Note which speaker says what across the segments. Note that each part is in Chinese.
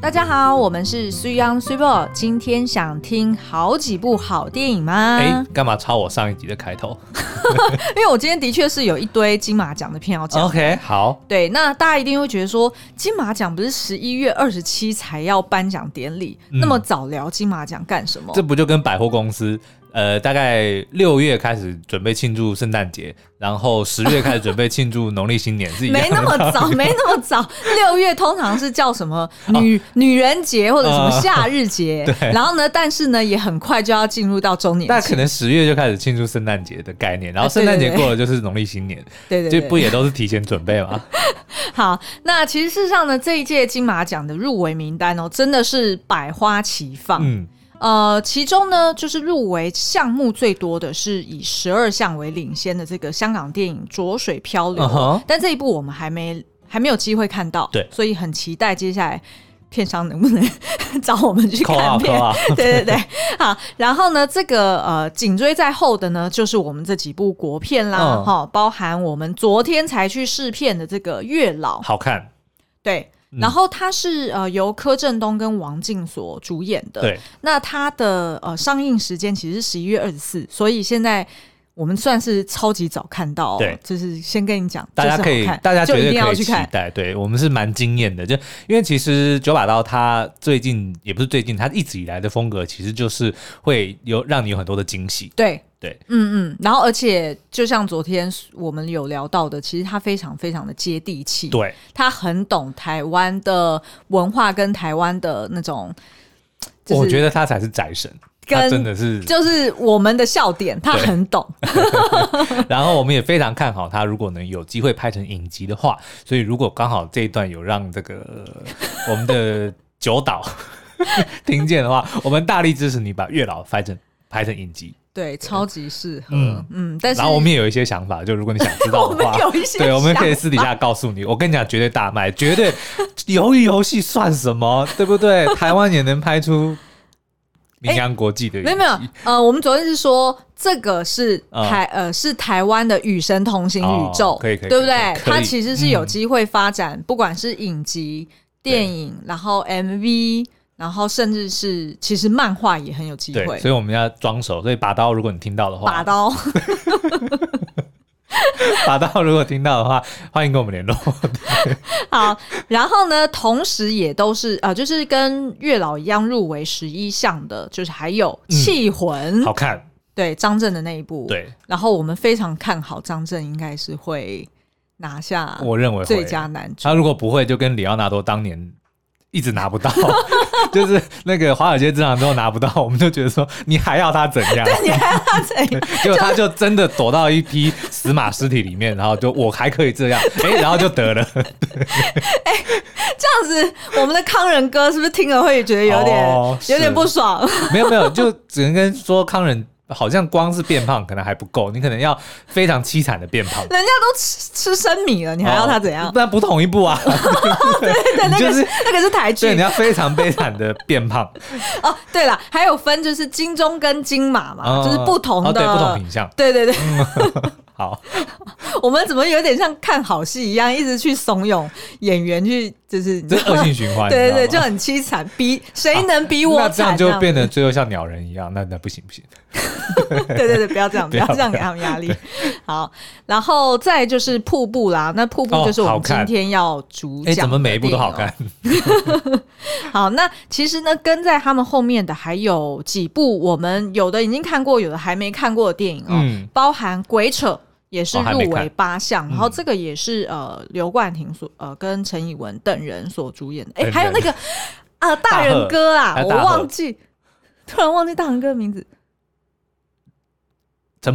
Speaker 1: 大家好，我们是 s u y a n s u p e 今天想听好几部好电影吗？
Speaker 2: 哎、干嘛抄我上一集的开头
Speaker 1: 因为我今天的确是有一堆金马奖的片要讲。
Speaker 2: ？OK，好，
Speaker 1: 对，那大家一定会觉得说，金马奖不是十一月二十七才要颁奖典礼，
Speaker 2: 嗯
Speaker 1: 那么早聊金马奖干什么？
Speaker 2: 这不就跟百货公司呃，大概六月开始准备庆祝圣诞节，然后十月开始准备庆祝农历新年是一样
Speaker 1: 没那
Speaker 2: 的。
Speaker 1: 么早，没那么早。六月通常是叫什么女、女人节或者什么夏日节，
Speaker 2: 哦 对
Speaker 1: 然后呢，但是呢，也很快就要进入到周年
Speaker 2: 那可
Speaker 1: 庆，
Speaker 2: 能十月就开始庆祝圣诞节的概念，然后
Speaker 1: 啊对
Speaker 2: 圣诞节
Speaker 1: 对对
Speaker 2: 过了就是农历新年，
Speaker 1: 对对
Speaker 2: 就
Speaker 1: 对，
Speaker 2: 不也都是提前准备嘛？
Speaker 1: 好，那其实事实上呢，这一届金马奖的入围名单哦，真的是百花齐放。
Speaker 2: 嗯，
Speaker 1: 呃，其中呢，就是入围项目最多的是以十二项为领先的这个香港电影《浊水漂流》
Speaker 2: 嗯哼
Speaker 1: 但这一部我们还没还没有机会看到，
Speaker 2: 对
Speaker 1: 所以很期待接下来片商能不 能找我们去
Speaker 2: 扣
Speaker 1: 看
Speaker 2: 啊扣
Speaker 1: 片。
Speaker 2: 啊，
Speaker 1: 对对对，好，然后呢，这个呃紧追在后的呢，就是我们这几部国片啦，
Speaker 2: 嗯
Speaker 1: 哈、包含我们昨天才去试片的这个《月老》，
Speaker 2: 好看，
Speaker 1: 对，
Speaker 2: 嗯
Speaker 1: 然后它是呃由柯震东跟王静所主演的，
Speaker 2: 对，
Speaker 1: 那它的呃上映时间其实是十一月二十四，所以现在。我们算是超级早看到、哦，
Speaker 2: 对
Speaker 1: 就是先跟你讲，
Speaker 2: 大家
Speaker 1: 就是好
Speaker 2: 可以
Speaker 1: 看，
Speaker 2: 大家
Speaker 1: 就一
Speaker 2: 绝对
Speaker 1: 定
Speaker 2: 可
Speaker 1: 要
Speaker 2: 以
Speaker 1: 去
Speaker 2: 期
Speaker 1: 看，
Speaker 2: 待。对我们是蛮惊艳的，就因为其实九把刀它最近也不是最近，它一直以来的风格其实就是会有让你有很多的惊喜。
Speaker 1: 对，
Speaker 2: 对，
Speaker 1: 嗯嗯，然后而且就像昨天我们有聊到的，其实他非常非常的接地气，
Speaker 2: 对，
Speaker 1: 他很懂台湾的文化跟台湾的那种，就是、
Speaker 2: 我觉得他才是宅神，他
Speaker 1: 跟
Speaker 2: 真的是。
Speaker 1: 就是我们的笑点，他
Speaker 2: 对
Speaker 1: 很懂，
Speaker 2: 然后我们也非常看好他，如果能有机会拍成影集的话，所以如果刚好这一段有让这 个我们的九岛 听见的话，我们大力支持你把月老拍成拍成影集。
Speaker 1: 对，超级适合，嗯
Speaker 2: 嗯
Speaker 1: 但是
Speaker 2: 然后我们也有一些想法，就如果你想知道
Speaker 1: 我
Speaker 2: 的
Speaker 1: 们
Speaker 2: 话，
Speaker 1: 有一些
Speaker 2: 对，我们可以
Speaker 1: 想
Speaker 2: 私底下告诉你。我跟你讲，绝对大卖，绝对鱿鱼游戏算什么，对不对？台湾也能拍出名扬国际的、
Speaker 1: 哎没有没有，呃，我们昨天是说这个是
Speaker 2: 啊
Speaker 1: 台、呃是台湾的与神同行
Speaker 2: 哦
Speaker 1: 宇宙，
Speaker 2: 可以可以
Speaker 1: 对不对
Speaker 2: 可以？可嗯以
Speaker 1: 它其实是有机会发展，不管是影集、电影，然后 MV，然后甚至是其实漫画也很有机
Speaker 2: 对，
Speaker 1: 会
Speaker 2: 所。以我们要装熟。所以把刀，如果你听到的话，
Speaker 1: 拔刀，
Speaker 2: 把刀，如果听到的话，欢迎跟我们联络。
Speaker 1: 好，然后呢，同时也都是呃，就是跟月老一样入围十一项的，就是还有《
Speaker 2: 嗯
Speaker 1: 气魂》
Speaker 2: 好 看，
Speaker 1: 对张震的那一部，，
Speaker 2: 对
Speaker 1: 然后我们非常看好张震，应该是会拿下
Speaker 2: 我认为会
Speaker 1: 最佳男主。
Speaker 2: 他如果不会，就跟里奥纳多当年一直拿不到， 就是那个华尔街之狼之后拿不到，我们就觉得说你还要他怎 样？
Speaker 1: 你还要他怎样？
Speaker 2: 结果他就真的躲到一批死马尸体里面，然后就我还可以这 样，哎、然后就得了，
Speaker 1: 这样子，我们的康仁哥是不是听了会觉得有点、
Speaker 2: 哦是
Speaker 1: 有点不爽？
Speaker 2: 没有没有，就只能跟说康仁好像光是变胖可能还不够，你可能要非常凄惨的变胖。
Speaker 1: 人家都吃吃生米 了，你还要他怎样？
Speaker 2: 哦不然不同一 步啊！
Speaker 1: 对，那
Speaker 2: 你
Speaker 1: 个、
Speaker 2: 就是
Speaker 1: 那个是台剧
Speaker 2: 所以你要非常悲惨的变 胖，
Speaker 1: 哦。对了，还有分就是金钟跟金马嘛，
Speaker 2: 哦
Speaker 1: 就是不同的、
Speaker 2: 哦对不同品相。
Speaker 1: 对对对，
Speaker 2: 好，
Speaker 1: 我们怎么有点像看好戏一样，一直去怂恿演员去，就是你
Speaker 2: 这
Speaker 1: 知
Speaker 2: 是
Speaker 1: 道吗
Speaker 2: 恶性循 环。
Speaker 1: 对对对，
Speaker 2: 你知
Speaker 1: 就
Speaker 2: 道吗
Speaker 1: 很凄惨， 比谁能比我
Speaker 2: 那这
Speaker 1: 惨、啊
Speaker 2: 样就变
Speaker 1: 得
Speaker 2: 得最后像鸟人一样，那那不行不行。
Speaker 1: 对对对，不要这样，不
Speaker 2: 不要
Speaker 1: 要这样给他们压力。好，然后再就是瀑布啦，那瀑布就是我
Speaker 2: 哦
Speaker 1: 们
Speaker 2: 好
Speaker 1: 今
Speaker 2: 看
Speaker 1: 天要主
Speaker 2: 哎，
Speaker 1: 讲、
Speaker 2: 怎么每一部都好看？？
Speaker 1: 好，那其实呢，跟在他们后面的还有几部我们有的已经看过，有的还没看过的电影哦，
Speaker 2: 嗯
Speaker 1: 包含《鬼扯》。也是
Speaker 2: 哦还
Speaker 1: 入
Speaker 2: 没
Speaker 1: 围
Speaker 2: 看
Speaker 1: 八项，然后
Speaker 2: 嗯
Speaker 1: 这个也是呃刘冠廷所呃跟陈以文等人所主演的，哎、
Speaker 2: 等人
Speaker 1: 还有那个 啊、大
Speaker 2: 大贺
Speaker 1: 人哥啊，
Speaker 2: 还有
Speaker 1: 我
Speaker 2: 大贺
Speaker 1: 忘记，突然忘记大人哥的名字，
Speaker 2: 陈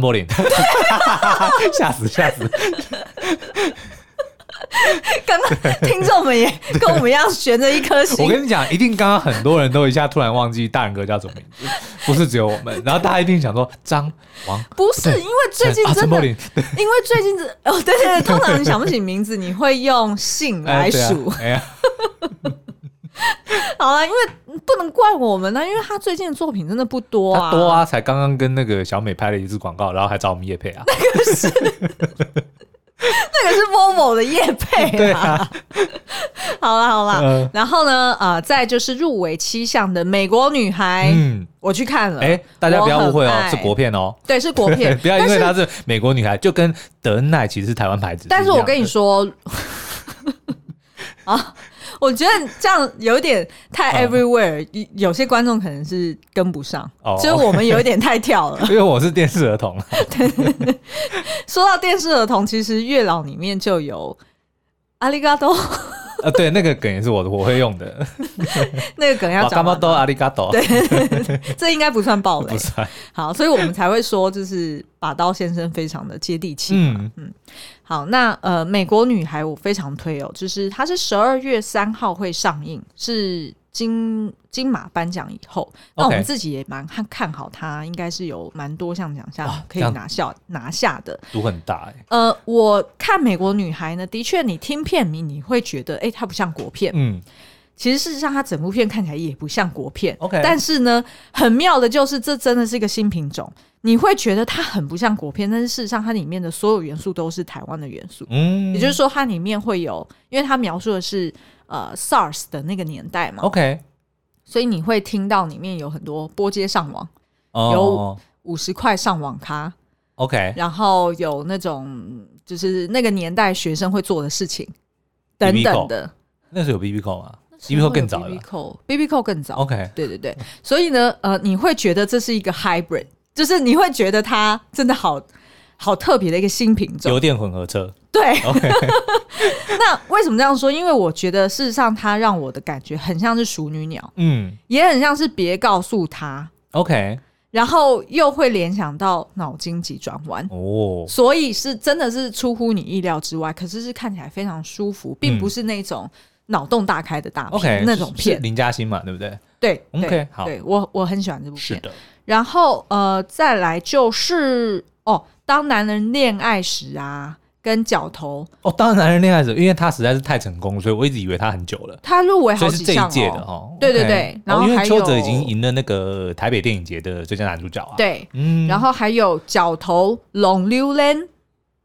Speaker 2: 柏霖，吓死吓死！
Speaker 1: 刚刚 听众们也跟我们一样悬着一颗
Speaker 2: 我
Speaker 1: 心，
Speaker 2: 跟你讲，一定刚刚很多人都一下突然忘记大人哥叫什么名字， 不是只有我们。然后大家一定想说张王
Speaker 1: 不是
Speaker 2: 不对
Speaker 1: 因为最近
Speaker 2: 啊
Speaker 1: 真
Speaker 2: 陈
Speaker 1: 的
Speaker 2: 柏，霖，
Speaker 1: 因为最近真哦对对 对，通常你想不起名字，你会用姓来
Speaker 2: 哎对啊啊
Speaker 1: 数，
Speaker 2: 哎呀，
Speaker 1: 好啦，因为不能怪我们啊呢、因为他最近的作品真的不多啊，
Speaker 2: 他多，啊，才刚刚跟那个小美拍了一支广告，然后还找我们叶配 啊，
Speaker 1: 那个是 Momo 的叶配
Speaker 2: 对
Speaker 1: 啊。
Speaker 2: 啊，
Speaker 1: 好啦好啦，
Speaker 2: 嗯
Speaker 1: 然后呢，呃，再就是入围七项的《美国女孩》，
Speaker 2: 嗯，
Speaker 1: 我去看了，
Speaker 2: 哎，大家不要误会
Speaker 1: 哎呃我很
Speaker 2: 哦，
Speaker 1: 爱
Speaker 2: 是国片哦，
Speaker 1: 对，是国片，
Speaker 2: 不要因
Speaker 1: 但
Speaker 2: 为
Speaker 1: 是
Speaker 2: 它是美国女孩，就跟德奈其实是台湾牌子一样的。
Speaker 1: 但是我跟你说， 啊，我觉得这样有点太
Speaker 2: 嗯
Speaker 1: everywhere，、有些观众可能是跟不上，
Speaker 2: 哦
Speaker 1: 所以我们有一点太跳了。
Speaker 2: 因为我是电视儿童，啊
Speaker 1: 说到电视儿童，其实月老里面就有阿里嘎多
Speaker 2: 呃，对，那个梗也是我的我会用的。
Speaker 1: 那个梗要
Speaker 2: 哇
Speaker 1: 讲完
Speaker 2: 干嘛
Speaker 1: 了，
Speaker 2: 都阿里嘎多，对，
Speaker 1: 这应该不算暴雷
Speaker 2: 不。啊算，
Speaker 1: 好，所以我们才会说，就是把刀先生非常的接地气。
Speaker 2: 嗯，
Speaker 1: 好，那呃，美国女孩我非常推哦，就是它是十二月三号会上映，是金金马颁奖以后，那我们
Speaker 2: OK
Speaker 1: 自己也蛮看看好它，应该是有蛮多项奖项
Speaker 2: 哇
Speaker 1: 可
Speaker 2: 这
Speaker 1: 以
Speaker 2: 样
Speaker 1: 拿下拿下的。
Speaker 2: 赌很大哎，
Speaker 1: 呃，我看美国女孩呢，的确你听片名你会觉得，哎、它不像国片，
Speaker 2: 嗯，
Speaker 1: 其实事实上它整部片看起来也不像国片。
Speaker 2: OK
Speaker 1: 但是呢，很妙的就是这真的是一个新品种。你会觉得它很不像国片，但是事实上它里面的所有元素都是台湾的元素。
Speaker 2: 嗯，
Speaker 1: 也就是说，它里面会有，因为它描述的是呃 SARS 的那个年代嘛，
Speaker 2: OK，
Speaker 1: 所以你会听到里面有很多波接上网，
Speaker 2: 哦
Speaker 1: 有五十块上网咖，
Speaker 2: ，OK，
Speaker 1: 然后有那种就是那个年代学生会做的事情等
Speaker 2: BB
Speaker 1: 等的。
Speaker 2: 那时候有 B B 扣吗？B B 扣更早了哦
Speaker 1: ，BB 扣 BB 扣更早。
Speaker 2: ，OK，
Speaker 1: 对对对，所以呢，呃，你会觉得这是一个 hybrid，就是你会觉得它真的好好特别的一个新品种。
Speaker 2: 油电混合车
Speaker 1: 对，
Speaker 2: ，OK，
Speaker 1: 那为什么这样说？因为我觉得事实上它让我的感觉很像是熟女鸟，
Speaker 2: 嗯
Speaker 1: 也很像是别告诉他，
Speaker 2: ，OK，
Speaker 1: 然后又会联想到脑筋急转弯。
Speaker 2: 哦，
Speaker 1: 所以是真的是出乎你意料之外，可是是看起来非常舒服，并不是那种脑洞大开的大片、
Speaker 2: 嗯 OK，
Speaker 1: 那种
Speaker 2: 是
Speaker 1: 片。
Speaker 2: 林嘉欣嘛，对不对？
Speaker 1: 对对
Speaker 2: OK，好
Speaker 1: 对我我很喜欢这部片。
Speaker 2: 的，
Speaker 1: 然后呃，再来就是哦，当男人恋爱时啊，跟角头，
Speaker 2: 哦，当然男人恋爱者，因为他实在是太成功，所以我一直以为他很久了。
Speaker 1: 他入围
Speaker 2: 所
Speaker 1: 好
Speaker 2: 以是
Speaker 1: 几
Speaker 2: 这一
Speaker 1: 项
Speaker 2: 届的
Speaker 1: 哦
Speaker 2: 哦，
Speaker 1: 对对
Speaker 2: OK
Speaker 1: 对
Speaker 2: 哦
Speaker 1: 然后
Speaker 2: 因
Speaker 1: 还
Speaker 2: 为邱泽已
Speaker 1: 有
Speaker 2: 经赢了那个台北电影节的最佳男主角啊，，
Speaker 1: 对，
Speaker 2: 嗯，
Speaker 1: 然后还有角头龙溜莲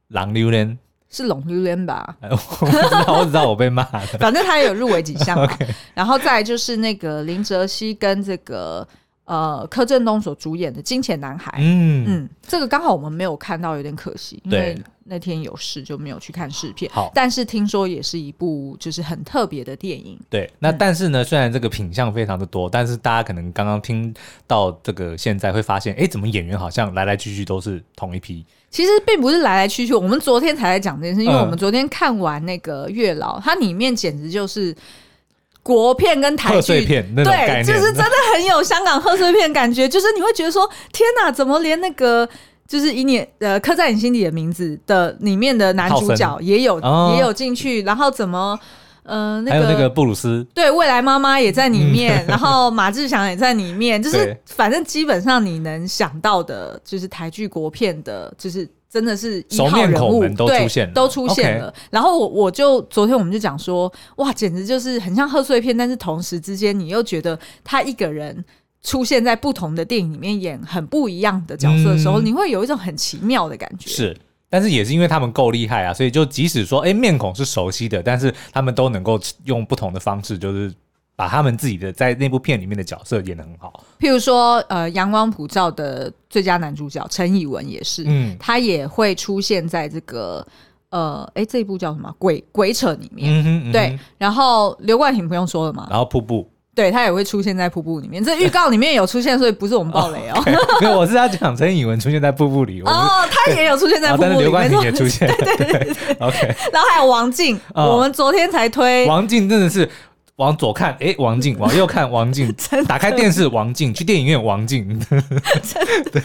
Speaker 2: 狼榴莲，
Speaker 1: 是龙溜莲吧？
Speaker 2: 哎我不知道，我只知道我被骂 了，
Speaker 1: 反正他也有入围几 项嘛。然后再来就是那个林哲熙跟这个呃柯震东所主演的《金钱男孩》
Speaker 2: 嗯，
Speaker 1: 嗯。这个刚好我们没有看到，有点可惜，因
Speaker 2: 对
Speaker 1: 为那天有事就没有去看试片。
Speaker 2: 好
Speaker 1: 但是听说也是一部就是很特别的电影。
Speaker 2: 对，那但是呢，虽然这个品相非常的多，但是大家可能刚刚听到这个现在会发现，哎，怎么演员好像来来去去都是同一批？
Speaker 1: 其实并不是来来去去，我们昨天才在讲这件事，因为
Speaker 2: 嗯
Speaker 1: 我们昨天看完那个《月老》，它里面简直就是国片跟台
Speaker 2: 贺岁
Speaker 1: 剧。
Speaker 2: 片那种
Speaker 1: 对，
Speaker 2: 概念，
Speaker 1: 就是真 的很有香港贺岁片感觉，就是你会觉得说，天哪，怎么连那个就是以你呃刻在你心底的名字的里面的男主角
Speaker 2: 浩
Speaker 1: 也有、
Speaker 2: 哦
Speaker 1: 也有进去，然后怎么呃
Speaker 2: 还有那个布鲁斯，
Speaker 1: 对，未来妈妈也在里面，然后马志祥也在里面，就是
Speaker 2: 嗯对
Speaker 1: 反正基本上你能想到的，就是台剧国片的，就是真的是一
Speaker 2: 熟
Speaker 1: 号
Speaker 2: 面
Speaker 1: 人
Speaker 2: 孔
Speaker 1: 物，
Speaker 2: 们都
Speaker 1: 对
Speaker 2: 出现了
Speaker 1: 都出现了。然后我我就昨天我们就讲说，哇，简直就是很像贺岁片，但是同时之间你又觉得他一个人。出现在不同的电影里面演很不一样的角色的时候，
Speaker 2: 嗯
Speaker 1: 你会有一种很奇妙的感觉。
Speaker 2: 是。但是也是因为他们够厉害啊，所以就即使说，哎、面孔是熟悉的，但是他们都能够用不同的方式，就是把他们自己的在那部片里面的角色演得很好。
Speaker 1: 譬如说，呃，《阳光普照》的最佳男主角陈以文也是，
Speaker 2: 嗯
Speaker 1: 他也会出现在这个呃，哎，这一部叫什么？鬼鬼扯里面。
Speaker 2: 嗯啊哼，嗯哼
Speaker 1: 对，然后刘冠廷不用说了嘛，
Speaker 2: 然后瀑布，
Speaker 1: 对他也会出现在瀑布里面。这预告里面有出现，所以不是我们爆雷哦。
Speaker 2: 没有，我是要讲陈以文出现在瀑布里，我不是
Speaker 1: 哦，他也有出现在
Speaker 2: 啊
Speaker 1: 瀑
Speaker 2: 但是
Speaker 1: 布里
Speaker 2: 刘
Speaker 1: 面
Speaker 2: 冠，廷也
Speaker 1: 没错
Speaker 2: 出现，对对对 o k
Speaker 1: 然后还有王静，
Speaker 2: 哦
Speaker 1: 我们昨天才推。
Speaker 2: 王静真的是往左看，诶，王静；往右看，王静
Speaker 1: 真；
Speaker 2: 打开电视，王静；去电影院，王静。对，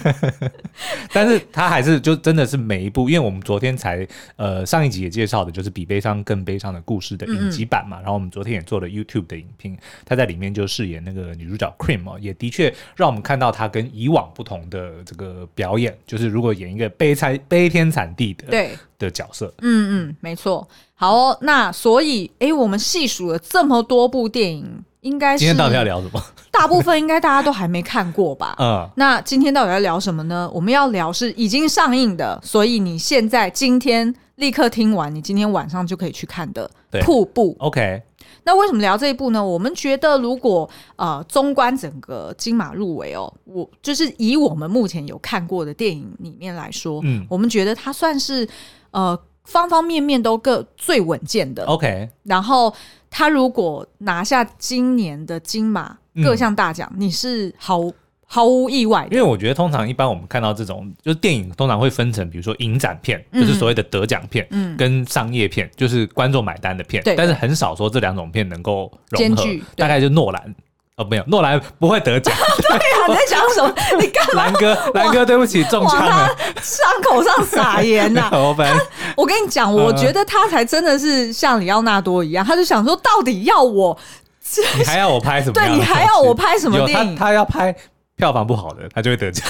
Speaker 2: 但是他还是就真的是每一部，因为我们昨天才呃上一集也介绍的，就是比悲伤更悲伤的故事的影集版
Speaker 1: 嗯
Speaker 2: 嘛。然后我们昨天也做了 YouTube 的影评，他在里面就饰演那个女主角 Cream 哦，也的确让我们看到她跟以往不同的这个表演，就是如果演一个悲惨悲天惨地的
Speaker 1: 对，
Speaker 2: 的角色，
Speaker 1: 嗯嗯，没错。好哦，那所以，哎，我们细数了这么多部电影，应该
Speaker 2: 今
Speaker 1: 是
Speaker 2: 天到底要聊什么？？
Speaker 1: 大部分应该大家都还没看过吧
Speaker 2: 嗯，
Speaker 1: 那今天到底要聊什么呢？我们要聊是已经上映的，所以你现在今天立刻听完，你今天晚上就可以去看的
Speaker 2: 对
Speaker 1: 《瀑布》。
Speaker 2: OK，
Speaker 1: 那为什么聊这一部呢？我们觉得如果呃，纵观整个金马入围哦，我就是以我们目前有看过的电影里面来说，
Speaker 2: 嗯
Speaker 1: 我们觉得它算是呃方方面面都各最稳健的。
Speaker 2: ，OK，
Speaker 1: 然后他如果拿下今年的金马
Speaker 2: 嗯
Speaker 1: 各项大奖，你是毫毫无意外
Speaker 2: 因
Speaker 1: 的。
Speaker 2: 为我觉得通常一般我们看到这种，就是电影通常会分成，比如说影展片，
Speaker 1: 嗯
Speaker 2: 就是所谓的得奖片，
Speaker 1: 嗯
Speaker 2: 跟商业片，就是观众买单的片
Speaker 1: 对，
Speaker 2: 但是很少说这两种片能够融
Speaker 1: 兼
Speaker 2: 合
Speaker 1: 具对，
Speaker 2: 大概就诺兰。哦，没有，诺兰不会得奖。
Speaker 1: 对呀、你在讲什么？你 干
Speaker 2: 兰哥，兰哥，对不起，中
Speaker 1: 往
Speaker 2: 枪
Speaker 1: 他
Speaker 2: 了。
Speaker 1: 伤口上撒盐 呐、
Speaker 2: 我本来
Speaker 1: 我跟你讲，
Speaker 2: 呃
Speaker 1: 我觉得他才真的是像里奥纳多一样，他就想说，到底要我
Speaker 2: 你还要我拍什么？
Speaker 1: 对你还要我拍什么
Speaker 2: 有
Speaker 1: 电影？
Speaker 2: 他他要拍票房不好的，他就会得奖。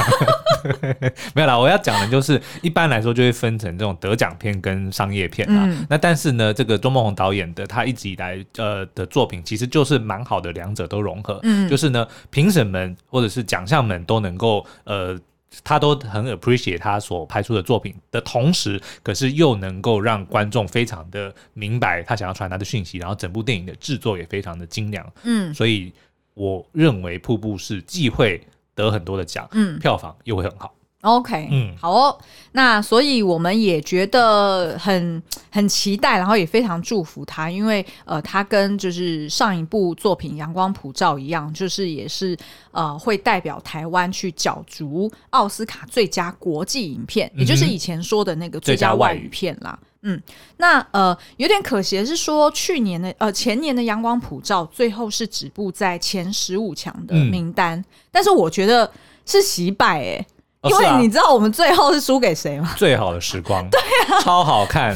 Speaker 2: 没有啦，我要讲的就是，一般来说就会分成这种得奖片跟商业片啦。
Speaker 1: 嗯
Speaker 2: 那但是呢，这个钟梦宏导演的他一直以来呃的作品，其实就是蛮好的，两者都融合。
Speaker 1: 嗯
Speaker 2: 就是呢，评审们或者是奖项们都能够呃。他都很 appreciate 他所拍出的作品的同时，可是又能够让观众非常的明白他想要传达的讯息，然后整部电影的制作也非常的精良，
Speaker 1: 嗯
Speaker 2: 所以我认为《瀑布》是既会得很多的奖，
Speaker 1: 嗯
Speaker 2: 票房又会很好。
Speaker 1: ，OK，
Speaker 2: 嗯
Speaker 1: 好哦。那所以我们也觉得很很期待，然后也非常祝福他，因为呃，他跟就是上一部作品《阳光普照》一样，就是也是呃会代表台湾去角逐奥斯卡最佳国际影片，也就是
Speaker 2: 嗯哼
Speaker 1: 以前说的那个
Speaker 2: 最
Speaker 1: 最
Speaker 2: 佳
Speaker 1: 佳
Speaker 2: 外
Speaker 1: 外
Speaker 2: 语
Speaker 1: 语片啦。嗯，那呃，有点可惜的是说，去年的呃前年的《阳光普照》最后是止步在前十五强的
Speaker 2: 嗯
Speaker 1: 名单，但是我觉得是惜败哎、
Speaker 2: 哦
Speaker 1: 因
Speaker 2: 是
Speaker 1: 为
Speaker 2: 啊
Speaker 1: 你知道我们最后是输给谁吗？
Speaker 2: 最好的时光，对啊，超好看，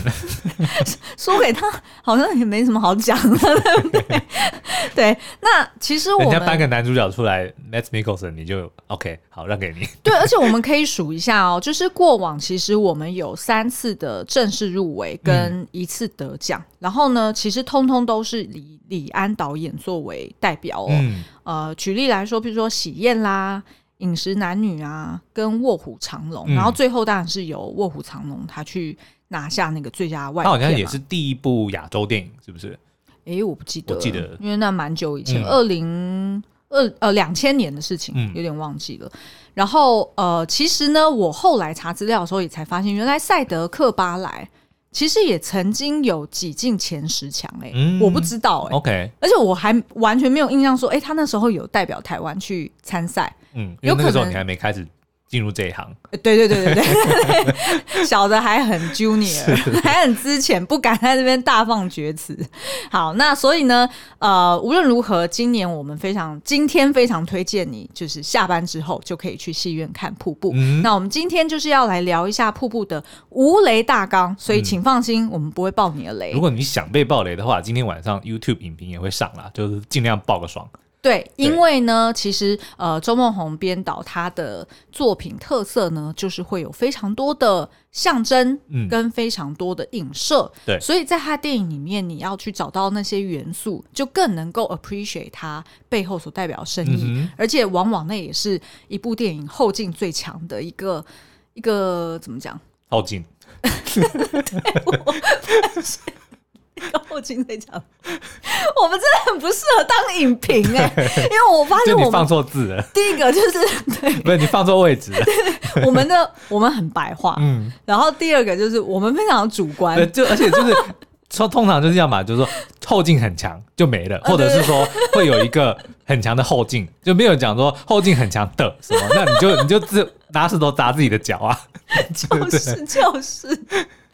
Speaker 1: 输给他好像也没什么好讲的， 对不对？对，那其实我
Speaker 2: 人家
Speaker 1: 们
Speaker 2: 颁个男主角出来，Matt Mickelson，你就 OK，好，让给你。
Speaker 1: 对，而且我们可以数一下哦，就是过往其实我们有三次的正式入围跟一次得奖，
Speaker 2: 嗯
Speaker 1: 然后呢，其实通通都是以李安导演作为代表哦。
Speaker 2: 嗯，
Speaker 1: 呃，举例来说，比如说《喜宴》啦。饮食男女啊，跟卧虎藏龙，
Speaker 2: 嗯
Speaker 1: 然后最后当然是由卧虎藏龙他去拿下那个最佳外语片嘛。啊
Speaker 2: 他好像也是第一部亚洲电影，是不是？
Speaker 1: 诶，我不记得，
Speaker 2: 我记得
Speaker 1: 因为那蛮久以前，
Speaker 2: 嗯
Speaker 1: 二零二呃两千年的事情
Speaker 2: 嗯，
Speaker 1: 有点忘记了。然后呃，其实呢，我后来查资料的时候也才发现，原来赛德克巴莱其实也曾经有挤进前十强、诶，
Speaker 2: 嗯
Speaker 1: 我不知道、诶，
Speaker 2: OK，
Speaker 1: 而且我还完全没有印象说，诶，他那时候有代表台湾去参赛。
Speaker 2: 嗯，因
Speaker 1: 有
Speaker 2: 为那个时候
Speaker 1: 可能
Speaker 2: 你还没开始进入这一行，
Speaker 1: 呃对对对对对对， 小的还很 junior，还很之前，不敢在这边大放厥词。好，那所以呢，呃，无论如何，今年我们非常，今天非常推荐你，就是下班之后就可以去戏院看《瀑布》
Speaker 2: 嗯
Speaker 1: 那我们今天就是要来聊一下《瀑布》的无雷大纲，所以请放心，我们不会爆你的雷
Speaker 2: 嗯如。果你想被暴雷的话，今天晚上 YouTube 影评也会上啦，就是尽量爆个爽。
Speaker 1: 对，因为呢，其实呃，周梦红编导他的作品特色呢，就是会有非常多的象征
Speaker 2: 嗯，
Speaker 1: 跟非常多的影射，
Speaker 2: 对
Speaker 1: 所以在他电影里面，你要去找到那些元素，就更能够 appreciate 他背后所代表的深意，
Speaker 2: 嗯哼
Speaker 1: 而且往往那也是一部电影后劲最强的一个一个怎么讲？
Speaker 2: 耗尽。
Speaker 1: 后劲最强，我们真的很不适合当影评 哎、因为我发现
Speaker 2: 就
Speaker 1: 我
Speaker 2: 你
Speaker 1: 们
Speaker 2: 放错字了，
Speaker 1: 第一个就是对
Speaker 2: 不是你放错位置了。
Speaker 1: 我们的我们很白话，
Speaker 2: 嗯，
Speaker 1: 然后第二个就是我们非常主观
Speaker 2: 呃，，就而且就是说，通常就是要么就是说后劲很强就没
Speaker 1: 哦
Speaker 2: 了，或者是说会有一个很强的后劲，就没有讲说后劲很强的什么，那你就你就自拿石头砸自己的脚啊，
Speaker 1: 就是就是，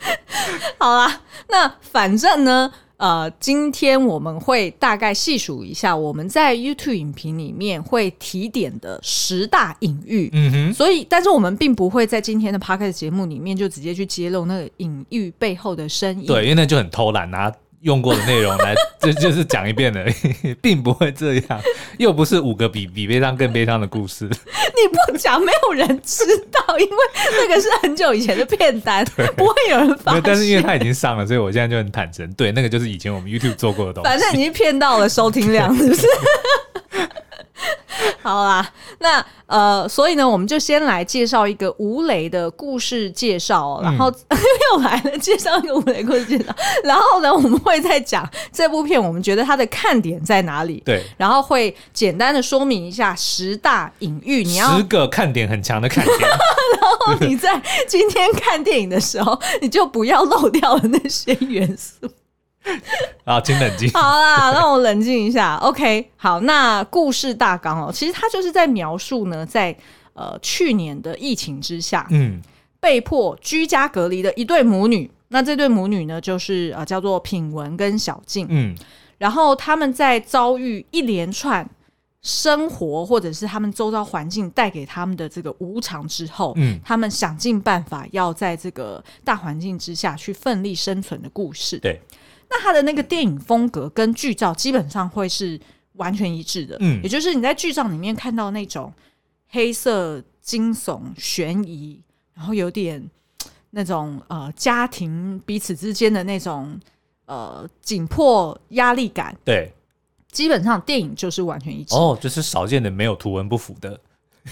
Speaker 1: 好啦，那反正呢，呃，今天我们会大概细数一下我们在 YouTube 影评里面会提点的十大隐喻。
Speaker 2: 嗯哼，
Speaker 1: 所以，但是我们并不会在今天的 p o d c a s t 节目里面就直接去揭露那个隐喻背后的深意。
Speaker 2: 对，因为那就很偷懒，拿用过的内容来，这就是讲一遍而已，并不会这样，又不是五个比比悲伤更悲伤的故 事。
Speaker 1: 你不讲，没有人知道，因为那个是很久以前的片 单，不会有人发
Speaker 2: 没
Speaker 1: 现。
Speaker 2: 有 但是因为它已经上了，所以我现在就很坦诚，对，那个就是以前我们 YouTube 做过的东西。
Speaker 1: 反正已经骗到了收听量，是不 是？好啦，那呃，所以呢，我们就先来介绍一个吴磊的故事介绍哦、
Speaker 2: 嗯
Speaker 1: 然后、又来了，介绍一个吴磊故事介绍，然后呢，我们会再讲这部片，我们觉得它的看点在哪里，
Speaker 2: 对，
Speaker 1: 然后会简单的说明一下十大隐喻，你要
Speaker 2: 十个看点很强的 看点，
Speaker 1: 然后你在 今天看电影的时候，你就不要漏掉了那些元素。
Speaker 2: 啊，请冷静。
Speaker 1: 好啦，让我冷静一下。OK，好，那故事大纲哦，其实它就是在描述呢，在呃去年的疫情之下，
Speaker 2: 嗯，
Speaker 1: 被迫居家隔离的一对母女。那这对母女呢，就是呃叫做品文跟小静，
Speaker 2: 嗯，
Speaker 1: 然后他们在遭遇一连串生活或者是他们周遭环境带给他们的这个无常之后，
Speaker 2: 嗯
Speaker 1: 他们想尽办法要在这个大环境之下去奋力生存的故事。
Speaker 2: 对，
Speaker 1: 那他的那个电影风格跟剧照基本上会是完全一致的，
Speaker 2: 嗯
Speaker 1: 也就是你在剧照里面看到那种黑色、惊悚、悬疑，然后有点嘖那种呃家庭彼此之间的那种呃紧迫压力感，
Speaker 2: 对，
Speaker 1: 基本上电影就是完全一致。
Speaker 2: 哦，就是少见的没有图文不符的。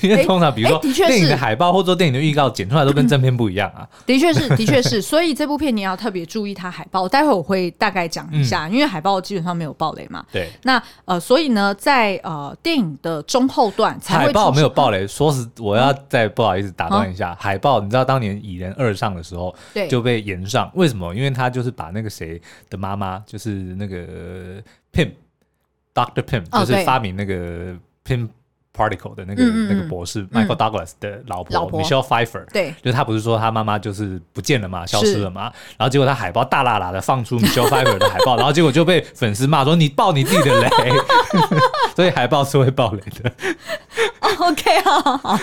Speaker 2: 因为通常，比如说
Speaker 1: 哎的确是
Speaker 2: 电影的海报或者说电影的预告剪出来都跟正片不一样 啊。
Speaker 1: 的确是，的确 是，所以这部片你要特别注意它海报。待会我会大概讲一
Speaker 2: 嗯
Speaker 1: 下，因为海报基本上没有暴雷嘛。
Speaker 2: 对，
Speaker 1: 那呃，所以呢，在呃电影的中后段才会
Speaker 2: 海报
Speaker 1: 出现嗯
Speaker 2: 没有爆雷，说是我要再不好意思打断一下，海报你知道当年《蚁人二》上的时候
Speaker 1: 对
Speaker 2: 就被延上，为什么？因为他就是把那个谁的妈妈，就是那个 Pim Doctor Pim，、
Speaker 1: 哦
Speaker 2: 就是
Speaker 1: 对
Speaker 2: 发明那个 Pim Particle 的那
Speaker 1: 嗯
Speaker 2: 个、
Speaker 1: 嗯嗯
Speaker 2: 那个博士 Michael Douglas 的老婆
Speaker 1: 老婆
Speaker 2: Michelle Pfeiffer。
Speaker 1: 对
Speaker 2: 就是他不是说他妈妈就是不见了嘛，消失了嘛，然后结果他海报大喇喇的放出 Michelle Pfeiffer 的海报，然后结果就被粉丝骂说你爆你自己的雷， 所以海报是会爆雷的。
Speaker 1: OK，好好好，